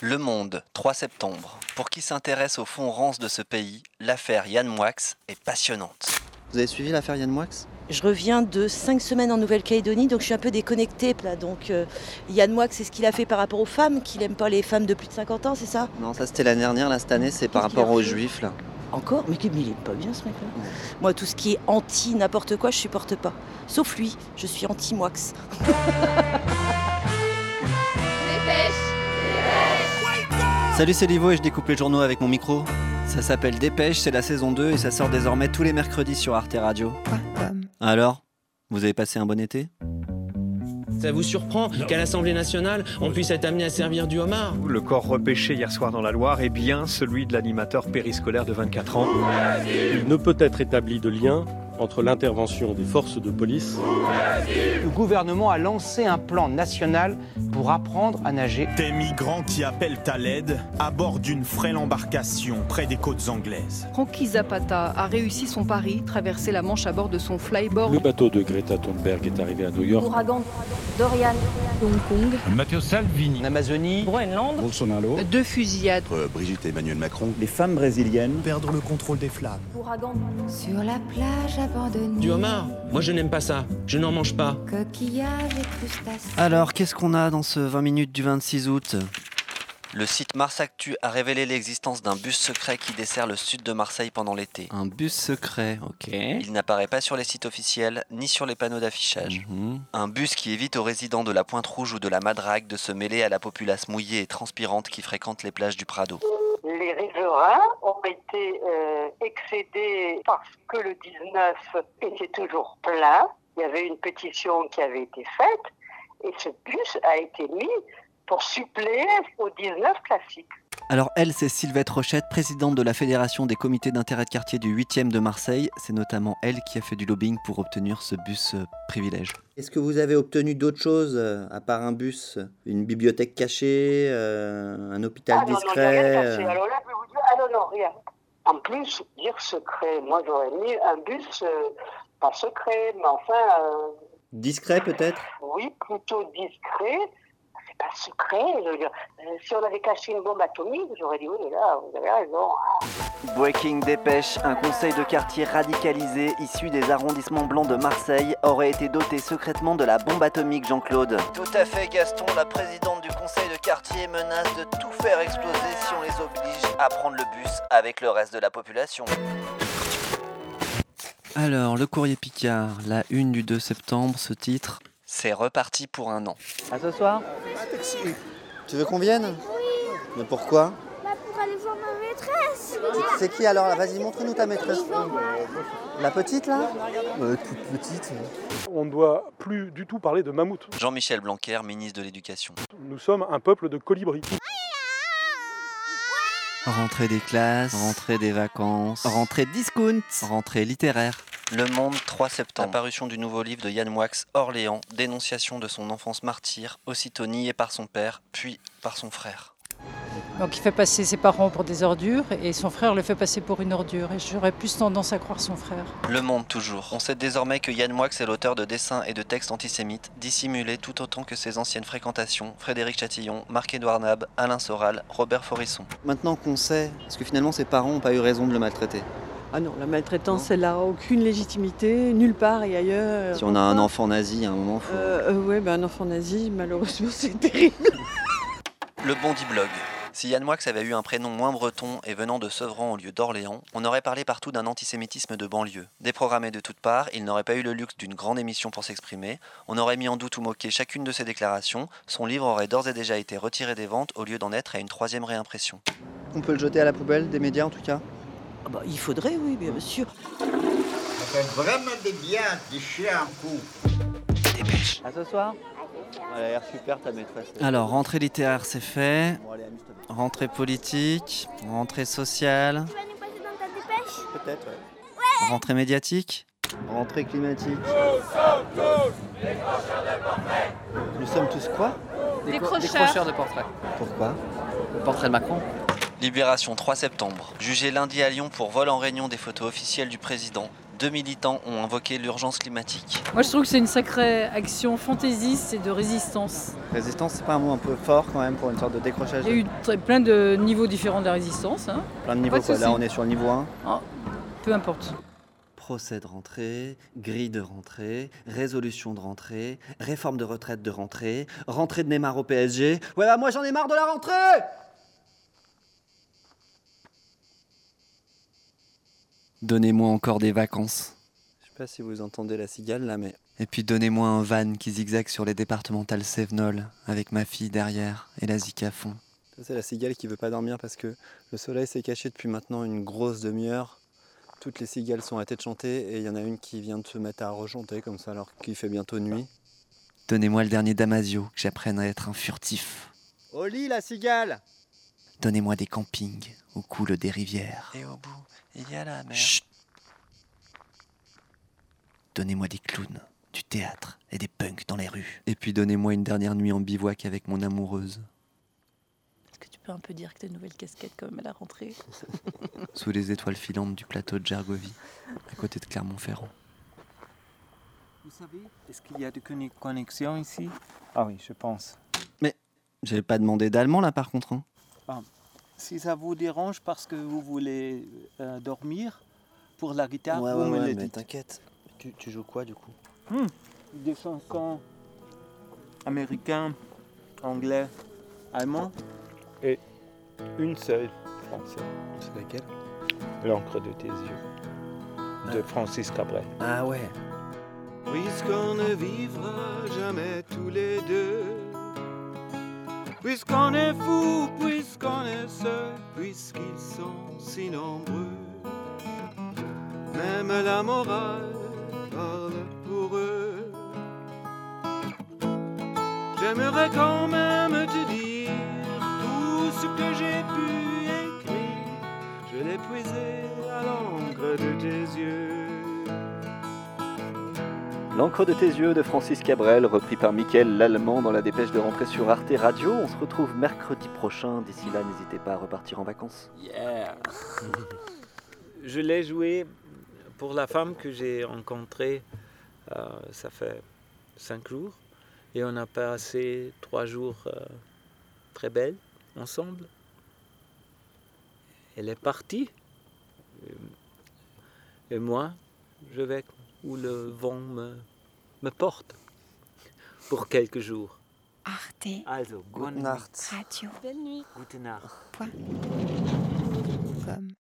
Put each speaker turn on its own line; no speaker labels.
Le Monde, 3 septembre. Pour qui s'intéresse au fond rance de ce pays, l'affaire Yann Moix est passionnante. Vous avez suivi l'affaire Yann Moix
Je reviens de cinq semaines en Nouvelle-Calédonie, donc je suis un peu déconnectée. Là. Donc, euh, Yann Moix, c'est ce qu'il a fait par rapport aux femmes, qu'il aime pas les femmes de plus de 50 ans, c'est ça
Non, ça c'était l'année dernière, là cette année c'est par
Qu'est-ce qu'il
rapport
a
aux
fait
juifs là.
Encore mais, que- mais il est pas bien ce mec-là.
Ouais.
Moi, tout ce qui est anti n'importe quoi, je supporte pas. Sauf lui, je suis anti-Moix.
Salut, c'est Livo et je découpe les journaux avec mon micro. Ça s'appelle Dépêche, c'est la saison 2 et ça sort désormais tous les mercredis sur Arte Radio. Alors, vous avez passé un bon été
Ça vous surprend qu'à l'Assemblée nationale, on puisse être amené à servir du homard
Le corps repêché hier soir dans la Loire est bien celui de l'animateur périscolaire de 24 ans.
Il ne peut être établi de lien entre l'intervention des forces de police
Le gouvernement a lancé un plan national pour apprendre à nager.
Des migrants qui appellent à l'aide à bord d'une frêle embarcation près des côtes anglaises.
Frankie Zapata a réussi son pari, traverser la Manche à bord de son flyboard.
Le bateau de Greta Thunberg est arrivé à New York.
Ouragan, Dorian, Hong Kong.
Mathieu Salvini.
En Amazonie,
Deux fusillades.
Brigitte et Emmanuel Macron.
Les femmes brésiliennes,
Perdre le contrôle des flammes.
Ouragan. Sur la plage abandonnée.
Du homard Moi, je n'aime pas ça. Je n'en mange pas.
Coquillages et crustacés.
Alors, qu'est-ce qu'on a dans ce 20 minutes du 26 août Le site Mars Actu a révélé l'existence d'un bus secret qui dessert le sud de Marseille pendant l'été.
Un bus secret, ok.
Il n'apparaît pas sur les sites officiels ni sur les panneaux d'affichage.
Mhm.
Un bus qui évite aux résidents de la Pointe Rouge ou de la Madrague de se mêler à la populace mouillée et transpirante qui fréquente les plages du Prado.
les riverains ont été euh, excédés parce que le 19 était toujours plein. Il y avait une pétition qui avait été faite et ce bus a été mis pour suppléer au 19 classique.
Alors elle, c'est Sylvette Rochette, présidente de la Fédération des comités d'intérêt de quartier du 8e de Marseille. C'est notamment elle qui a fait du lobbying pour obtenir ce bus euh, privilège.
Est-ce que vous avez obtenu d'autres choses euh, à part un bus Une bibliothèque cachée euh, Un hôpital euh,
Ah non, non, il y a rien de caché.
euh.
Alors là, je vais vous dire, ah non, non, rien. En plus, dire secret, moi j'aurais mis un bus, euh, pas secret, mais enfin, euh,
Discret peut-être
oui, plutôt discret. C'est pas secret. je veux dire. Euh, si on avait caché une bombe atomique, j'aurais dit, oui, mais là, vous avez raison.
Breaking Dépêche, un conseil de quartier radicalisé issu des arrondissements blancs de Marseille, aurait été doté secrètement de la bombe atomique Jean-Claude. Tout à fait Gaston, la présidente du conseil de quartier menace de tout faire exploser si on les oblige à prendre le bus avec le reste de la population.
Alors, le courrier Picard, la une du 2 septembre, ce titre.
C'est reparti pour un an.
À ce soir Tu veux qu'on vienne Oui Mais pourquoi
pour aller voir ma maîtresse.
C'est- C'est qui alors là Vas-y, montre-nous ta maîtresse. La petite là Euh,
toute petite.
On ne doit plus du tout parler de mammouth.
Jean-Michel Blanquer, ministre de l'Éducation.
Nous sommes un peuple de colibris.
Rentrée des classes,
Rentrée des vacances.
rentrée discount, rentrée littéraire.
Le Monde, 3 septembre. Parution du nouveau livre de Yann Moix, Orléans. Dénonciation de son enfance martyre, aussitôt niée par son père, puis par son frère.
Donc il fait passer ses parents pour des ordures et son frère le fait passer pour une ordure. Et j'aurais plus tendance à croire son frère.
Le Monde, toujours. On sait désormais que Yann Moix est l'auteur de dessins et de textes antisémites, dissimulés tout autant que ses anciennes fréquentations Frédéric Chatillon, Marc-Édouard Nab, Alain Soral, Robert Forisson.
Maintenant qu'on sait, parce que finalement ses parents n'ont pas eu raison de le maltraiter.
Ah non, la maltraitance, elle n'a aucune légitimité, nulle part et ailleurs. Euh,
Si on a un enfant nazi à un moment, faut...
ouais, ben, un enfant nazi, malheureusement, c'est terrible.
Le Bondi Blog. Si Yann Moix avait eu un prénom moins breton et venant de Sevran au lieu d'Orléans, on aurait parlé partout d'un antisémitisme de banlieue. Déprogrammé de toutes parts, il n'aurait pas eu le luxe d'une grande émission pour s'exprimer, on aurait mis en doute ou moqué chacune de ses déclarations, son livre aurait d'ores et déjà été retiré des ventes au lieu d'en être à une troisième réimpression.
on peut le jeter à la poubelle des médias en tout cas.
Ah bah, il faudrait, oui, bien sûr.
Dépêche.
À ce soir Elle a l'air super ta maîtresse.
Alors, rentrée littéraire, c'est fait.
Bon, allez, amuse-toi bien.
Rentrée politique, rentrée sociale,
Tu vas nous passer dans ta dépêche
Peut-être, ouais.
rentrée médiatique.
Rentrée climatique. Nous sommes tous quoi
Décrocheur.
de portraits. Pourquoi
Libération 3 septembre. Jugé lundi à Lyon pour vol en réunion des photos officielles du président.
deux militants ont invoqué l'urgence climatique.
Moi, je trouve que c'est une sacrée action fantaisiste et de résistance.
Résistance, c'est pas un mot un peu fort quand même pour une sorte de décrochage
Il y a eu très- plein de niveaux différents de la résistance. hein.
Plein de niveaux,
Pas de
quoi. Là,
souci.
on est sur le niveau 1.
Ah, peu importe.
Procès de rentrée, grille de rentrée, résolution de rentrée, réforme de retraite de rentrée, rentrée de Neymar au PSG. Ouais, bah moi j'en ai marre de la rentrée
Donnez-moi encore des vacances.
Je sais pas si vous entendez la cigale là, mais.
Et puis donnez-moi un van qui zigzague sur les départementales Sévenol, avec ma fille derrière et la zik à fond.
Ça, c'est la cigale qui veut pas dormir parce que le soleil s'est caché depuis maintenant une grosse demi-heure. Toutes les cigales sont arrêtées de chanter et il y en a une qui vient de se mettre à rechanter comme ça alors qu'il fait bientôt nuit.
Donnez-moi le dernier Damasio, que j'apprenne à être un furtif.
Au lit la cigale
Donnez-moi des campings au coule des rivières.
Et au bout, il y a la mer.
Donnez-moi des clowns, du théâtre et des punks dans les rues. Et puis donnez-moi une dernière nuit en bivouac avec mon amoureuse.
Tu peux un peu dire que ta nouvelle casquette, quand même, à la rentrée.
sous les étoiles filantes du plateau de Gergovie, à côté de Clermont-Ferrand.
Vous savez, est-ce qu'il y a des conne- connexions ici Ah oui, je pense.
Mais j'avais pas demandé d'allemand là par contre. hein.
Ah, Si ça vous dérange parce que vous voulez euh, dormir pour la guitare,
Ouais,
vous
ouais,
me
ouais,
le
mais
dites.
t'inquiète. Tu, tu joues quoi du coup
Hmm, Des chansons américains, anglais, allemands.
Et une seule française.
C'est laquelle
L'encre de tes yeux. De Francis Cabrel.
Ah ouais.
puisqu'on ne vivra jamais tous les deux, puisqu'on est fou, puisqu'on est seul, puisqu'ils sont si nombreux, même la morale parle pour eux. J'aimerais quand même te dire tout ce que j'ai pu écrire, je l'ai puisé à l'encre de tes yeux.
L'encre de tes yeux de Francis Cabrel, repris par Mickaël l'Allemand dans la dépêche de rentrée sur Arte Radio. On se retrouve mercredi prochain. D'ici là, n'hésitez pas à repartir en vacances.
Yeah. Je l'ai joué pour la femme que j'ai rencontrée, euh, ça fait cinq jours, et on a passé trois jours euh, très belles ensemble. Elle est partie, Euh, et, et moi, je vais où le vent me, me porte pour quelques jours.
Arte.
Also,
Guten
guten
Nacht.
Nacht.
Radio.
Guten Nacht.
Point. Comme.